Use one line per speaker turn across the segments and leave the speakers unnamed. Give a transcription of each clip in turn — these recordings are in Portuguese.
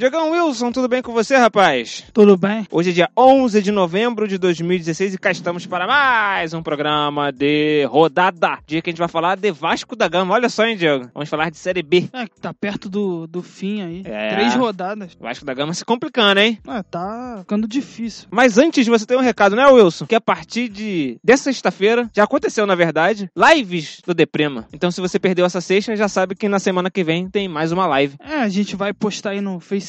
Diogão Wilson, tudo bem com você, rapaz?
Tudo bem.
Hoje é dia 11 de novembro de 2016 e cá estamos para mais um programa de rodada. Dia que a gente vai falar de Vasco da Gama. Olha só, hein, Diego? Vamos falar de Série B.
É, que tá perto do, do fim aí.
É.
Três rodadas.
Vasco da Gama se complicando, hein?
Ah, tá ficando difícil.
Mas antes você tem um recado, né, Wilson? Que a partir de dessa sexta-feira, já aconteceu na verdade, lives do Deprema. Então se você perdeu essa sexta, já sabe que na semana que vem tem mais uma live.
É, a gente vai postar aí no Facebook,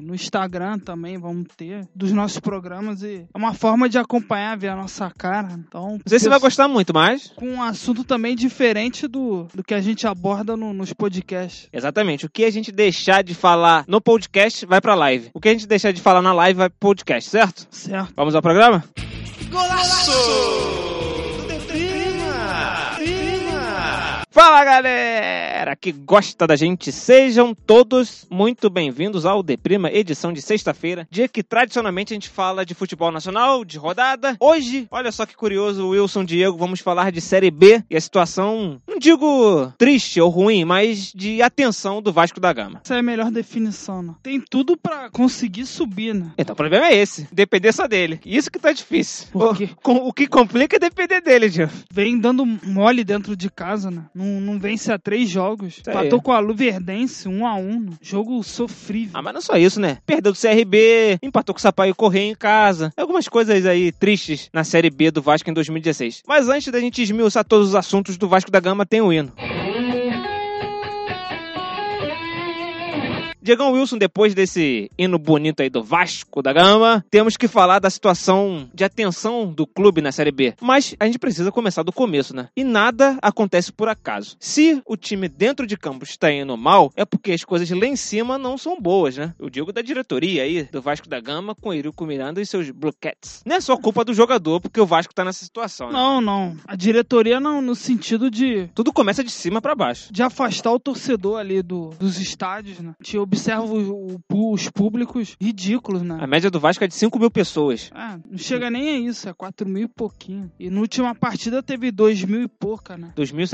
no Instagram também, vamos ter, dos nossos programas e é uma forma de acompanhar, ver a nossa cara. Então,
Não sei se você vai gostar muito, mas
com um assunto também diferente do, do que a gente aborda no- nos podcasts.
Exatamente. O que a gente deixar de falar no podcast vai pra live. O que a gente deixar de falar na live vai pro podcast, certo?
Certo?
Vamos ao programa? Fala galera que gosta da gente, sejam todos muito bem-vindos ao Deprima, edição de sexta-feira, dia que tradicionalmente a gente fala de futebol nacional, de rodada. Hoje, olha só que curioso, Wilson Diego, vamos falar de Série B e a situação, não digo triste ou ruim, mas de atenção do Vasco da Gama.
Essa é a melhor definição, né? Tem tudo pra conseguir subir, né?
Então o problema é esse, depender só dele. Isso que tá difícil.
Por
O-
quê?
com- O, que complica é depender dele, Diego.
Vem dando mole dentro de casa, né? Não, não vence há três jogos.
aí.
Patou com a Luverdense, um a um. né? Jogo sofrível.
Ah, mas não só isso, né? Perdeu do CRB, empatou com o Sampaio Correia em casa. Algumas coisas aí tristes na Série B do Vasco em 2016. Mas antes da gente esmiuçar todos os assuntos do Vasco da Gama, tem o hino. Diegão Wilson, depois desse hino bonito aí do Vasco da Gama, temos que falar da situação de atenção do clube na Série B. Mas a gente precisa começar do começo, né? E nada acontece por acaso. Se o time dentro de campo está indo mal, é porque as coisas lá em cima não são boas, né? Eu digo da diretoria aí, do Vasco da Gama, com Eurico Miranda e seus bloquetes. Não é só culpa do jogador, porque o Vasco tá nessa situação, né?
Não, não. A diretoria não, no sentido de,
Tudo começa de cima pra baixo.
de afastar o torcedor ali do, dos estádios, né? A gente observa o- o- os públicos ridículos,
A
né?
média do Vasco é de 5 mil pessoas.
Ah, não chega nem a isso, é 4 mil e pouquinho. E na última partida teve 2 mil e pouca, né?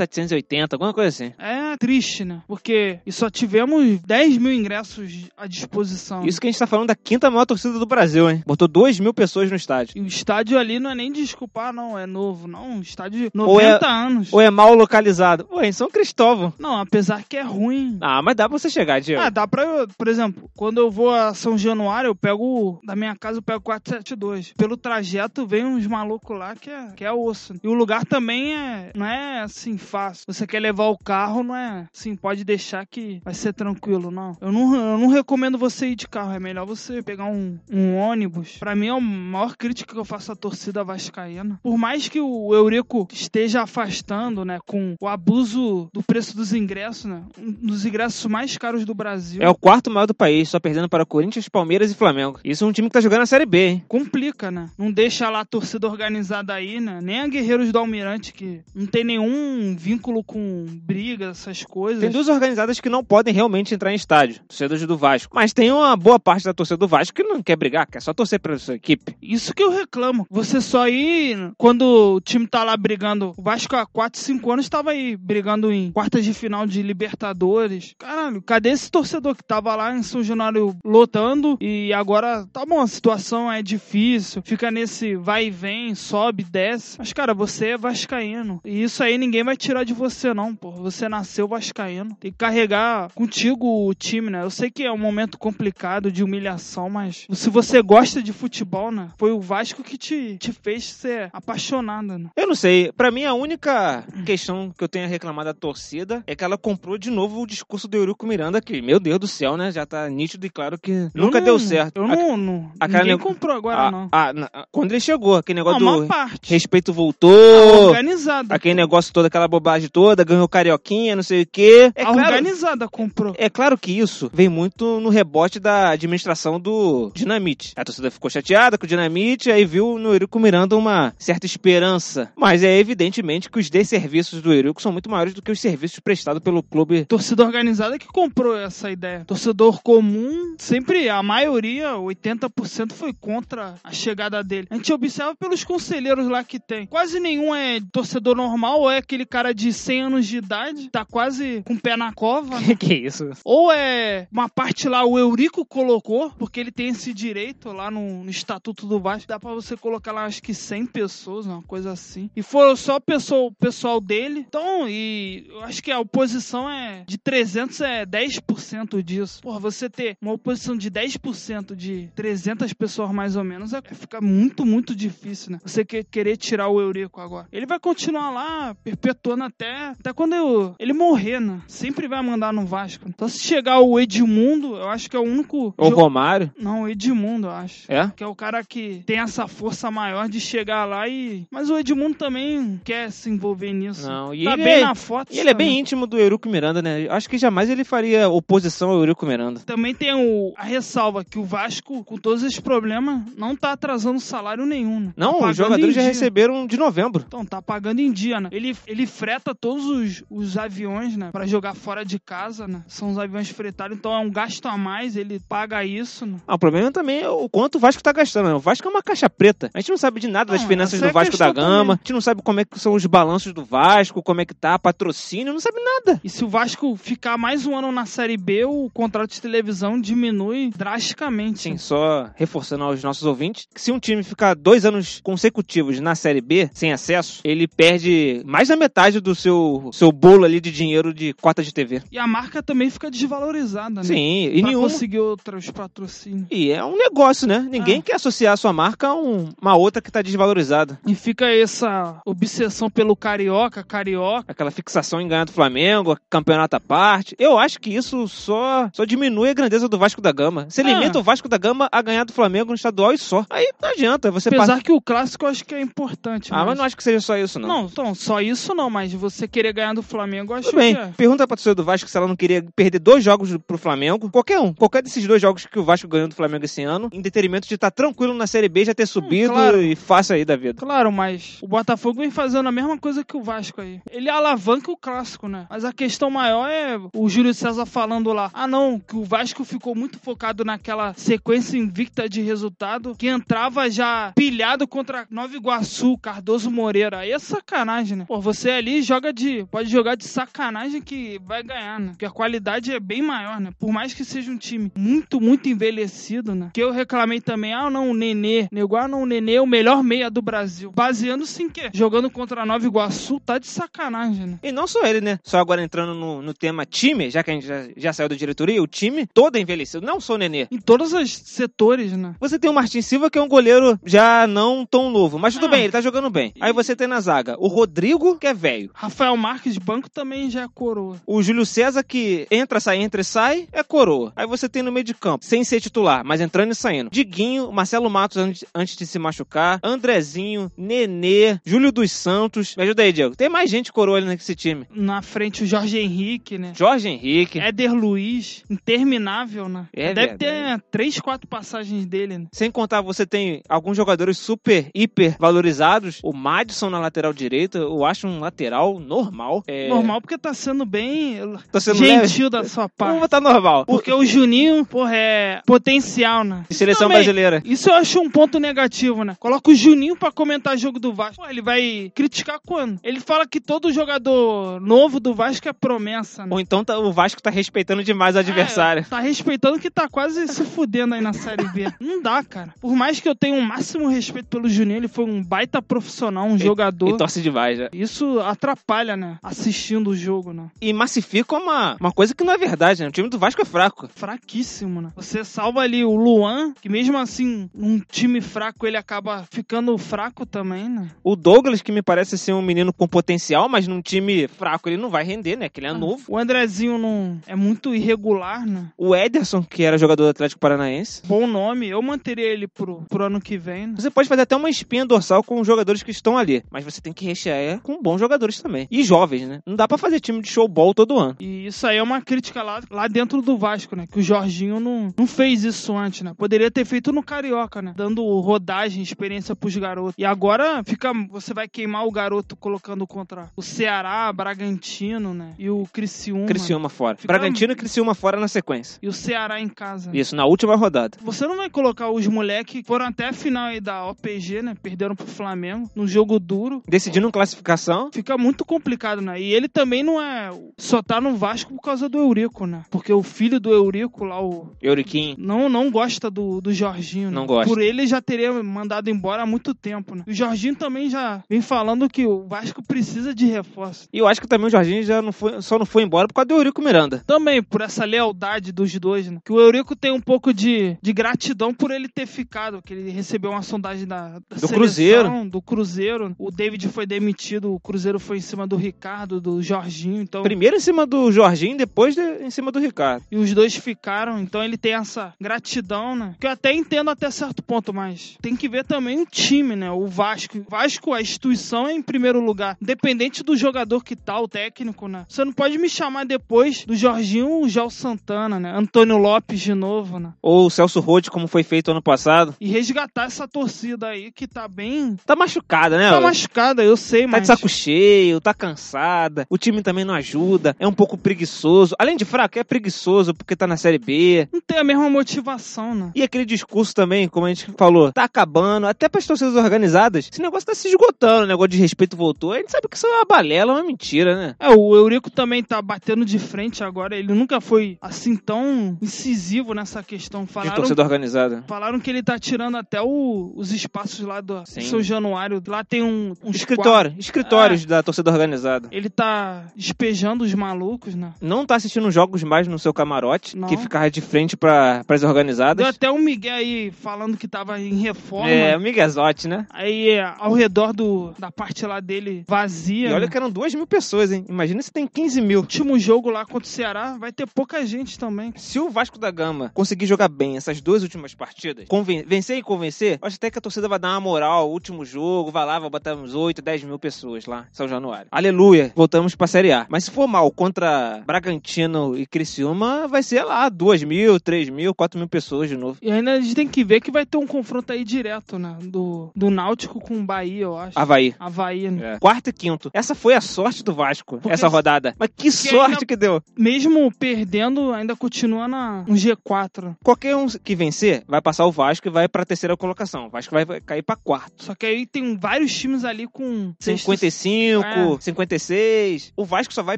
2.780, alguma coisa assim.
É triste, né? Porque e só tivemos 10 mil ingressos à disposição.
Isso que a gente tá falando da quinta maior torcida do Brasil, hein? Botou 2 mil pessoas no estádio.
E o estádio ali não é nem desculpar, não. É novo, não. Um estádio de
Ou é-
90 anos.
Ou é mal localizado? Ué, em São Cristóvão.
Não, apesar que é ruim.
Ah, mas dá pra você chegar, Diego.
Ah, dá pra eu, por exemplo, quando eu vou a São Januário, eu pego, da minha casa eu pego 472. Pelo trajeto vem uns malucos lá que é, que é osso. E o lugar também é, não é assim fácil. Você quer levar o carro, não é assim, pode deixar que vai ser tranquilo, não. Eu não, eu não recomendo você ir de carro, é melhor você pegar um, um ônibus. Pra mim é a maior crítica que eu faço à torcida vascaína. Por mais que o Eurico esteja afastando, né, com o abuso do preço dos ingressos, né, um dos ingressos mais caros do Brasil.
É o quarto maior do país, só perdendo para Corinthians, Palmeiras e Flamengo. Isso é um time que tá jogando a Série B, hein?
complica, né? Não deixa lá a torcida organizada aí, né? Nem a Guerreiros do Almirante, que não tem nenhum vínculo com briga, essas coisas.
Tem duas organizadas que não podem realmente entrar em estádio, torcedores do Vasco. Mas tem uma boa parte da torcida do Vasco que não quer brigar, quer só torcer pra sua equipe.
Isso que eu reclamo. Você só ir quando o time tá lá brigando. O Vasco há 4, 5 anos tava aí brigando em quartas de final de Libertadores. Caralho, cadê esse torcedor que tava lá em São Januário lotando e agora tá bom, a situação é difícil, fica nesse vai e vem, sobe, desce. Mas cara, você é vascaíno. E isso aí ninguém vai tirar de você não, pô. Você nasceu vascaíno. Tem que carregar contigo o time, né? Eu sei que é um momento complicado de humilhação, mas se você gosta de futebol, né? Foi o Vasco que te, te fez ser apaixonada, né?
Eu não sei, pra mim a única questão que eu tenho a reclamar da torcida é que ela comprou de novo o discurso do Eurico Miranda, que, meu Deus do céu, né? Já tá nítido e claro que
Eu
nunca
não-
deu certo.
Eu
A-
não. não
a cara
ninguém
ne-
comprou agora,
a-
não.
a- na- a- ah, quando ele chegou, aquele
Não, a
negócio
maior
do
parte.
respeito
A
voltou,
organizada.
aquele negócio todo, aquela bobagem toda, ganhou carioquinha, não sei o quê. É
a
claro,
organizada comprou.
é claro que isso vem muito no rebote da administração do Dinamite. A torcida ficou chateada com o Dinamite, aí viu no Eurico Miranda uma certa esperança. Mas é evidentemente que os desserviços do Eurico são muito maiores do que os serviços prestados pelo clube.
Torcida organizada que comprou essa ideia. Torcedor comum, sempre a maioria, 80%, foi contra a chegada dele. A gente observa pelos conselheiros lá que tem. Quase nenhum é torcedor normal, ou é aquele cara de 100 anos de idade, tá quase com o pé na cova, né?
que isso?
Ou é uma parte lá o Eurico colocou, porque ele tem esse direito lá no, no Estatuto do Vasco, dá pra você colocar lá acho que 100 pessoas, uma coisa assim. E foram só o pessoal, o pessoal dele. Então, e eu acho que a oposição é de 300 é 10% disso. Porra, você ter uma oposição de 10% de 300 pessoas mais ou menos, é, fica muito, muito difícil, né? Você que- querer tirar o Eurico agora. Ele vai continuar lá, perpetuando até, até quando eu- ele morrer, né? Sempre vai mandar no Vasco. Só se chegar o Edmundo, eu acho que é o único...
O
jo-
Romário?
Não, o Edmundo, eu acho.
É?
Que é o cara que tem essa força maior de chegar lá e... Mas o Edmundo também quer se envolver nisso.
Não, e
tá
ele
bem
é-
na foto.
E ele é bem
também.
íntimo do Eurico Miranda, né? Eu Acho que jamais ele faria oposição ao Eurico Miranda.
Também tem o, a ressalva que o Vasco, com todos esses problemas, não tá atrasando salário nenhum. né? tá
Não,
pagando
os jogadores
em
já
dia.
receberam de novembro.
Então, tá pagando em dia, né? Ele, ele freta todos os, os aviões, né? Pra jogar fora de casa, né? São os aviões fretados, então é um gasto a mais, ele paga isso, né?
Ah, o problema também é o quanto o Vasco tá gastando. né? O Vasco é uma caixa preta. A gente não sabe de nada das
Não,
finanças
essa é
do
a
Vasco da
questão
Gama.
também.
A gente não sabe como é que são os balanços do Vasco, como é que tá, patrocínio, não sabe nada.
E se o Vasco ficar mais um ano na Série B, o contrato de televisão diminui drasticamente. né?
Sim, só reforçando aos nossos ouvintes que se um time ficar dois anos consecutivos na Série B, sem acesso, ele perde mais da metade do seu, seu bolo ali de dinheiro de cota de TV.
E a marca também fica desvalorizada, né?
Sim, e
Pra
nenhum.
conseguir outros patrocínios.
E é um negócio, né? Ninguém
Ah.
quer associar a sua marca a um- uma outra que tá desvalorizada.
E fica essa obsessão pelo carioca, carioca.
Aquela fixação em ganhar do Flamengo, campeonato à parte. Eu acho que isso só, só diminui a grandeza do Vasco da Gama. Você
Ah.
limita o Vasco da Gama a ganhar do Flamengo no estadual e só. Aí não adianta. Você passa...
Apesar que o clássico eu acho que é importante.
Ah, mas não acho que seja só isso, não.
Não, então, só isso não, mas você querer ganhar do Flamengo, eu acho
Tudo bem.
que é.
Pergunta pra torcida do Vasco se ela não queria perder dois jogos pro Flamengo. Qualquer um. Qualquer desses dois jogos que o Vasco ganhou do Flamengo esse ano. Em detrimento de estar tranquilo na Série B, já ter subido
Hum, claro.
e faça aí da vida.
Claro, mas o Botafogo vem fazendo a mesma coisa que o Vasco aí. Ele alavanca o clássico, né? Mas a questão maior é o Júlio César falando lá: ah, não, que o Vasco ficou muito focado naquela sequência invicta de resultado que entrava já pilhado contra Nova Iguaçu, Cardoso Moreira. Aí é sacanagem, né? Pô, você ali joga de. pode jogar de sacanagem que vai ganhar, né? Porque a qualidade é bem maior, né? Por mais que seja um time muito, muito envelhecido, né? Que eu reclamei também, ah, não, o Nenê. Nego, ah, não, o Nenê é o melhor meia do Brasil. Baseando-se em quê? Jogando contra a Nova Iguaçu, tá de sacanagem, né?
E não só ele, né? Só agora entrando no, no tema time, já que a gente já, já saiu da diretoria, o time todo é envelhecido, não só o Nenê.
Em todos os setores, né?
Você tem o Martin Silva, que é um goleiro já não tão novo, mas tudo
Ah.
bem, ele tá jogando bem. Aí você tem na zaga o Rodrigo, que é velho.
Rafael Marques, banco também já é coroa.
O Júlio César, que entra, sai, entra e sai, é coroa. Aí você tem no meio de campo, sem ser titular, mas entrando e saindo. Diguinho, Marcelo Matos antes, antes de se machucar, Andrezinho, Nenê, Júlio dos Santos. Me ajuda aí, Diego. Tem mais gente coroa ali nesse time.
Na frente, o Jorge Henrique, né?
Jorge Henrique.
Éder Luiz, interminável, né?
É
Deve
verdade.
ter três, quatro passagens dele, né?
Sem contar, você tem alguns jogadores super, hiper valorizados. O Madison na lateral direita, eu acho um lateral normal. É,
Normal porque tá sendo bem
Tá sendo leve.
gentil da sua
Vamos
parte.
botar normal. Porque
Porque o Juninho, porra, é potencial, né?
seleção
Também.
brasileira.
Isso eu acho um ponto negativo, né? Coloca o Juninho pra comentar jogo do Vasco. Pô, ele vai criticar quando? Ele fala que todo jogador novo do Vasco é promessa, né?
Ou então tá- o Vasco tá respeitando demais o adversário.
É, tá respeitando que tá quase se fudendo aí na Série B. Não dá, cara. Por mais que eu tenha o um máximo respeito pelo Juninho, ele foi um baita profissional, um jogador.
E torce demais, né?
Isso atrapalha, né? Assistindo o jogo, né?
E massifica uma, uma coisa que não é verdade, né? O time do Vasco é fraco.
Fraquíssimo, né? Você salva ali o Luan, que mesmo assim, num time fraco, ele acaba ficando fraco também, né?
O Douglas, que me parece ser um menino
Ah.
com potencial, mas num time fraco ele não vai render, né? Que ele é novo.
O Andrezinho não é muito regular, né?
O Ederson, que era jogador do Atlético Paranaense.
Bom nome, eu manteria ele pro, pro ano que vem, né?
Você pode fazer até uma espinha dorsal com os jogadores que estão ali, mas você tem que rechear com bons jogadores também. E jovens, né? Não dá pra fazer time de showball todo ano.
E isso aí é uma crítica lá, lá dentro do Vasco, né? Que o Jorginho não, não fez isso antes, né? Poderia ter feito no Carioca, né? Dando rodagem, experiência pros garotos. E agora fica. Você vai queimar o garoto colocando contra o Ceará, Bragantino, né? E o Criciúma.
Criciúma fora.
Fica-
Bragantino e Criciúma fora na sequência.
E o Ceará em casa. né?
Isso, na última rodada.
Você não vai colocar os moleques que foram até a final aí da OPG, né? Perderam pro Flamengo, num jogo duro.
Decidindo em classificação,
Fica muito complicado, né? E ele também não é. Só tá no Vasco por causa do Eurico, né? Porque o filho do Eurico lá, o.
Euriquim.
Não, não gosta do, do Jorginho. né?
Não gosta.
Por ele já teria mandado embora há muito tempo, né? E O Jorginho também já vem falando que o Vasco precisa de reforço.
E eu acho que também o Jorginho já não foi, só não foi embora por causa do Eurico Miranda.
Também por essa lealdade dos dois, né? Que o Eurico tem um pouco de, de gratidão por ele ter ficado, que ele recebeu uma sondagem da, da seleção,
Cruzeiro.
do Cruzeiro. O David foi demitido, o Cruzeiro foi em cima do Ricardo, do Jorginho, então.
Primeiro em cima do Jorginho, depois de- em cima do Ricardo.
E os dois ficaram, então ele tem essa gratidão, né? Que eu até entendo até certo ponto, mas tem que ver também o time, né? O Vasco. O Vasco, a instituição é em primeiro lugar. Independente do jogador que tá, o técnico, né? Você não pode me chamar depois do Jorginho o Jal Santana, né? Antônio Lopes de novo, né?
Ou o Celso Roth, como foi feito ano passado.
E resgatar essa torcida aí que tá bem.
Tá machucada, né?
Tá
Eurico?
machucada, eu sei,
Tá
mas.
de saco cheio, tá cansada, o time também não ajuda, é um pouco preguiçoso. Além de fraco, é preguiçoso porque tá na Série B.
Não tem a mesma motivação, né?
E aquele discurso também, como a gente falou, tá acabando, até pras torcidas organizadas, esse negócio tá se esgotando, o negócio de respeito voltou. A gente sabe que isso é uma balela, uma mentira, né?
É, o Eurico também tá batendo de frente agora. Ele nunca foi assim tão incisivo nessa questão.
De
Falaram,
torcida organizada.
falaram que ele tá tirando até o- os espaços lá do
Sim.
São Januário. Lá tem um, um Ah.
Escritório, escritórios da torcida organizada.
Ele tá despejando os malucos, né?
Não tá assistindo jogos mais no seu camarote,
Não.
que ficava de frente pra, pras
Deu
organizadas.
até um Miguel aí falando que tava em reforma.
É, miguezote, né?
Aí é, ao redor do, da parte lá dele vazia.
E olha
né?
que eram duas mil pessoas, hein? Imagina se tem 15 mil.
último jogo lá contra o Ceará vai ter pouca gente também.
Se o Vasco da Gama conseguir jogar bem essas duas últimas partidas, conven- vencer e convencer, eu acho até que a torcida vai dar uma moral. Último jogo, vai lá, vai botar uns 8, 10 mil pessoas lá em São Januário. Aleluia, voltamos pra Série A. Mas se for mal contra Bragantino e Criciúma, vai ser lá 2 mil, 3 mil, 4 mil pessoas de novo.
E ainda a gente tem que ver que vai ter um confronto aí direto, né? Do, do Náutico com o Bahia, eu acho.
Havaí.
Havaí, né?
É. Quarto e quinto. Essa foi a sorte do Vasco,
Porque
essa
se-
rodada. Mas que sorte
ainda-
que deu.
Mesmo perdendo, ainda continua na um G4.
Qualquer um que vencer vai passar o Vasco e vai pra terceira colocação. O Vasco vai vai cair pra quarto.
Só que aí tem vários times ali com sexto-
55,
É.
56. O Vasco só vai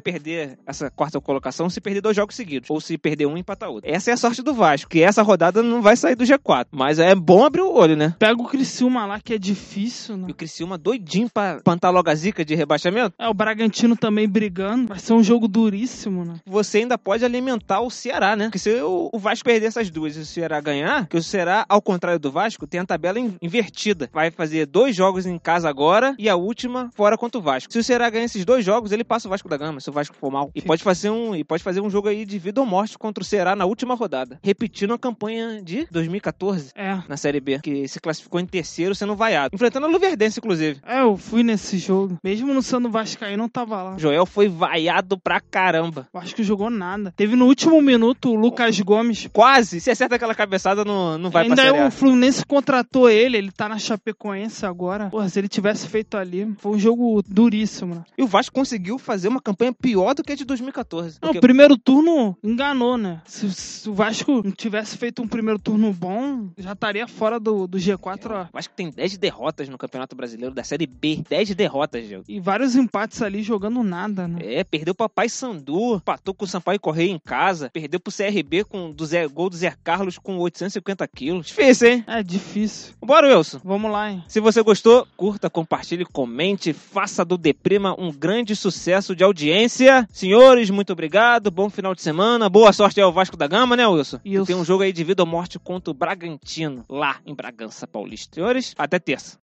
perder essa quarta colocação se perder dois jogos seguidos. Ou se perder um e empatar outro. Essa é a sorte do Vasco, que essa rodada não vai sair do G4. Mas é bom abrir o olho, né?
Pega o Criciúma lá, que é difícil,
E
né?
o Criciúma doidinho pra plantar logo a zica de rebaixamento.
É, o Bragantino também brigando. Vai ser um jogo duríssimo, né?
Você ainda pode alimentar o Ceará, né? Porque se o o Vasco perder essas duas e o Ceará ganhar, que o Ceará, ao contrário do Vasco, tem a tabela in- invertida. Vai fazer dois jogos em casa agora e a última fora contra o Vasco. Se o Ceará ganhar esses dois jogos, ele passa o Vasco da Gama, se o Vasco for mal. E pode fazer um, e pode fazer um jogo aí de vida ou morte contra o Ceará na última rodada. Repetindo a campanha de 2014
É.
na Série B, que se classificou em terceiro sendo vaiado. Enfrentando a Luverdense, inclusive.
É, eu fui nesse jogo. Mesmo não sendo Vascaíno, eu tava lá.
Joel foi vaiado pra caramba.
Eu acho que jogou nada. Teve no último minuto o Lucas Gomes.
Quase, se acerta aquela cabeçada, não, não vai pra
Ainda é um
Série A.
o Fluminense contratou ele, ele tá na Chapecoense agora. Porra, se ele tivesse feito ali, foi um jogo duríssimo, né?
E o Vasco conseguiu fazer uma campanha pior do que a de 2014.
Não,
Porque
o primeiro turno enganou, né? Se, se o Vasco não tivesse feito um primeiro turno bom, já estaria fora do, do G4, ó.
o Vasco tem 10 derrotas no Campeonato Brasileiro da Série B. 10 derrotas, Diego.
E vários empates ali jogando nada, né?
É, perdeu pra Pai Sandu, patou com o Sampaio Correia em casa, perdeu pro CRB com do Zé, gol do Zé Carlos com 850 quilos. Difícil, hein?
É, difícil.
Bora, Wilson.
Vamos lá, hein?
Se você gostou, curta, compartilhe, comente, faça do Deprima um grande sucesso de audiência. Senhores, muito obrigado, bom final de semana, boa sorte ao Vasco da Gama, né, Wilson? Que
Isso.
Tem um jogo aí de vida ou morte contra o Bragantino, lá em Bragança Paulista. Senhores, até terça.